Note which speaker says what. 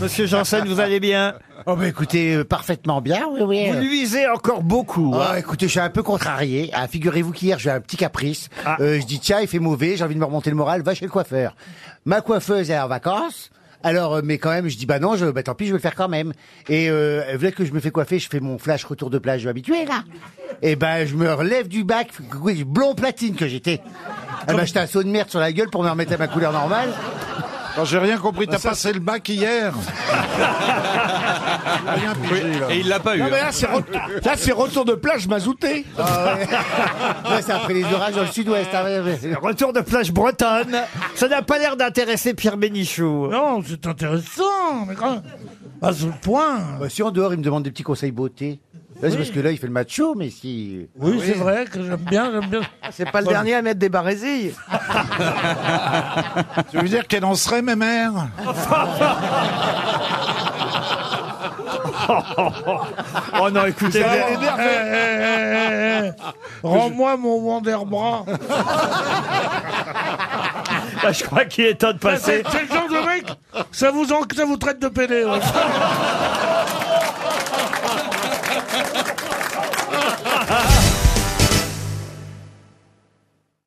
Speaker 1: Monsieur Janssen, vous allez bien
Speaker 2: Oh bah écoutez, euh, parfaitement bien, oui, oui.
Speaker 1: Vous luisez encore beaucoup. hein.
Speaker 2: Ah, écoutez, je suis un peu contrarié. Ah, Figurez-vous qu'hier, j'ai un petit caprice. Euh, je dis, tiens, il fait mauvais, j'ai envie de me remonter le moral, va chez le coiffeur. Ma coiffeuse est en vacances. Alors, euh, mais quand même, je dis, bah non, je, bah tant pis, je vais le faire quand même. Et euh, vous voyez que je me fais coiffer, je fais mon flash retour de plage habituel, là. Et ben, je me relève du bac, oui, blond platine que j'étais. Ah bah, j'étais un saut de merde sur la gueule pour me remettre à ma couleur normale.
Speaker 3: Non, J'ai rien compris, t'as passé le bac hier Rien pigé, là.
Speaker 4: Et il l'a pas eu.
Speaker 5: Non, mais là, c'est re- là, c'est retour de plage mazouté.
Speaker 2: Ah ouais. Ouais, c'est après les orages dans le sud-ouest. hein, ouais, ouais.
Speaker 1: Retour de plage bretonne. Ça n'a pas l'air d'intéresser Pierre Bénichou.
Speaker 5: Non, c'est intéressant, mais quand à ce point.
Speaker 2: Bah, si en dehors, il me demande des petits conseils beauté. Là, c'est parce que là, il fait le macho, mais si.
Speaker 5: Oui, c'est vrai que j'aime bien, j'aime bien.
Speaker 6: C'est pas le dernier à mettre des barésilles.
Speaker 4: hein.
Speaker 3: Tu veux dire qu'elle en serait, mes mères
Speaker 1: Oh non, écoutez, vous-
Speaker 5: Eh, eh, eh, eh, Rends-moi mon Wanderbra.
Speaker 1: là, Bah, je crois qu'il est temps de
Speaker 5: C'est
Speaker 1: passer.
Speaker 5: Bah, c'est le genre de mec, ça vous, en- ça vous traite de pédé. ouais.